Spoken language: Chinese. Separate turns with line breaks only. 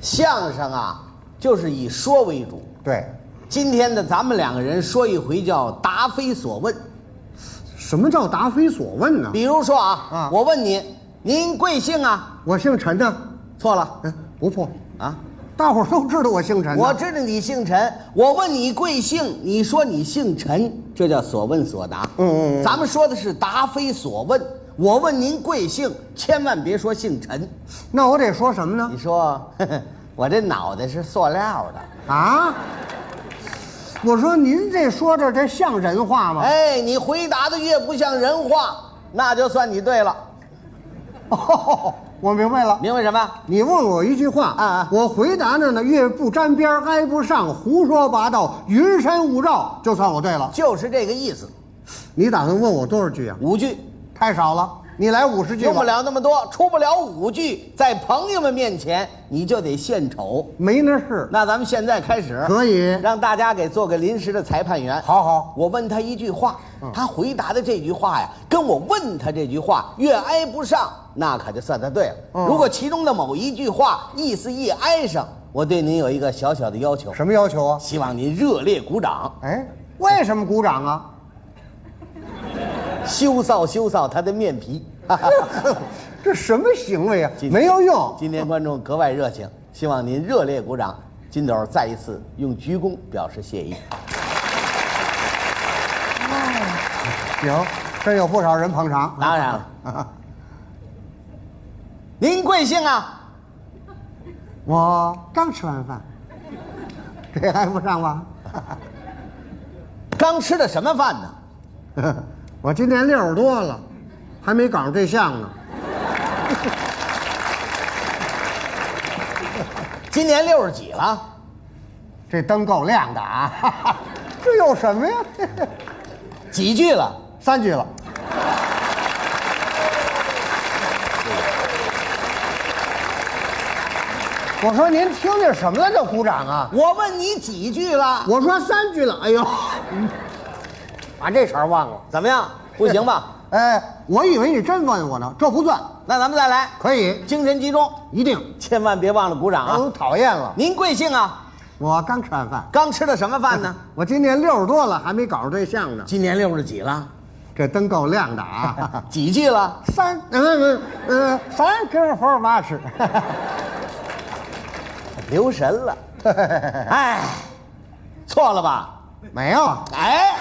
相声啊，就是以说为主。
对，
今天呢，咱们两个人说一回叫答非所问。
什么叫答非所问呢？
比如说啊，
啊
我问你，您贵姓啊？
我姓陈呢、
错了
嗯，不错，
啊，
大伙儿都知道我姓陈呢、
我知道你姓陈，我问你贵姓，你说你姓陈，这叫所问所答。
嗯嗯嗯
咱们说的是答非所问。我问您贵姓，千万别说姓陈。
那我得说什么呢
你？说， 呵呵我这脑袋是塑料的。
啊？我说您这说这这像人话吗？
哎，你回答的越不像人话，那就算你对了。
哦， 我明白了。
明白什么？
你问我一句话
啊啊
我回答着呢，越不沾边儿挨不上，胡说八道，云山雾罩，就算我对了。
就是这个意思。
你打算问我多少句啊？
五句，
太少了，你来五十句吧。
用不了那么多，出不了五句，在朋友们面前你就得献丑。
没那事。
那咱们现在开始，
可以
让大家给做个临时的裁判员。
好嗯好
我问他一句话，他回答的这句话呀，跟我问他这句话越挨不上，那可就算他对了。
嗯
如果其中的某一句话意思一挨上，我对您有一个小小的要求，
什么要求啊？
希望您热烈鼓掌，
哎，为什么鼓掌啊？
羞臊羞臊他的面皮。
这什么行为啊？
今天
没有用。
今天观众格外热情，希望您热烈鼓掌。金斗再一次用鞠躬表示谢 意。
行，这有不少人捧场。
当然了，您贵姓啊？
我刚吃完饭，这挨不上吧？
刚吃的什么饭呢？
我今年六十多了，还没搞上对象呢。
今年六十几了，
这灯够亮的啊！ 这有什么呀？
几句了？
三句了，我说您听见什么了？这鼓掌啊！
我问你几句了？
我说三句了，哎呦， 把这茬忘了。
怎么样？不行 吧？
哎，我以为你真问我呢，这不算，
那咱们再来，
可以，
精神集中，
一定。
千万别忘了鼓掌
啊，
啊！
讨厌了，
您贵姓啊？
我刚吃完饭，
刚吃的什么饭呢？
我今年六十多了，还没搞上对象 呢。
今年六十几了，
这灯够亮 的啊！
几句了？
三，呃呃呃，三根火八尺。
留神了。哎，错了吧？
没有，啊
哎，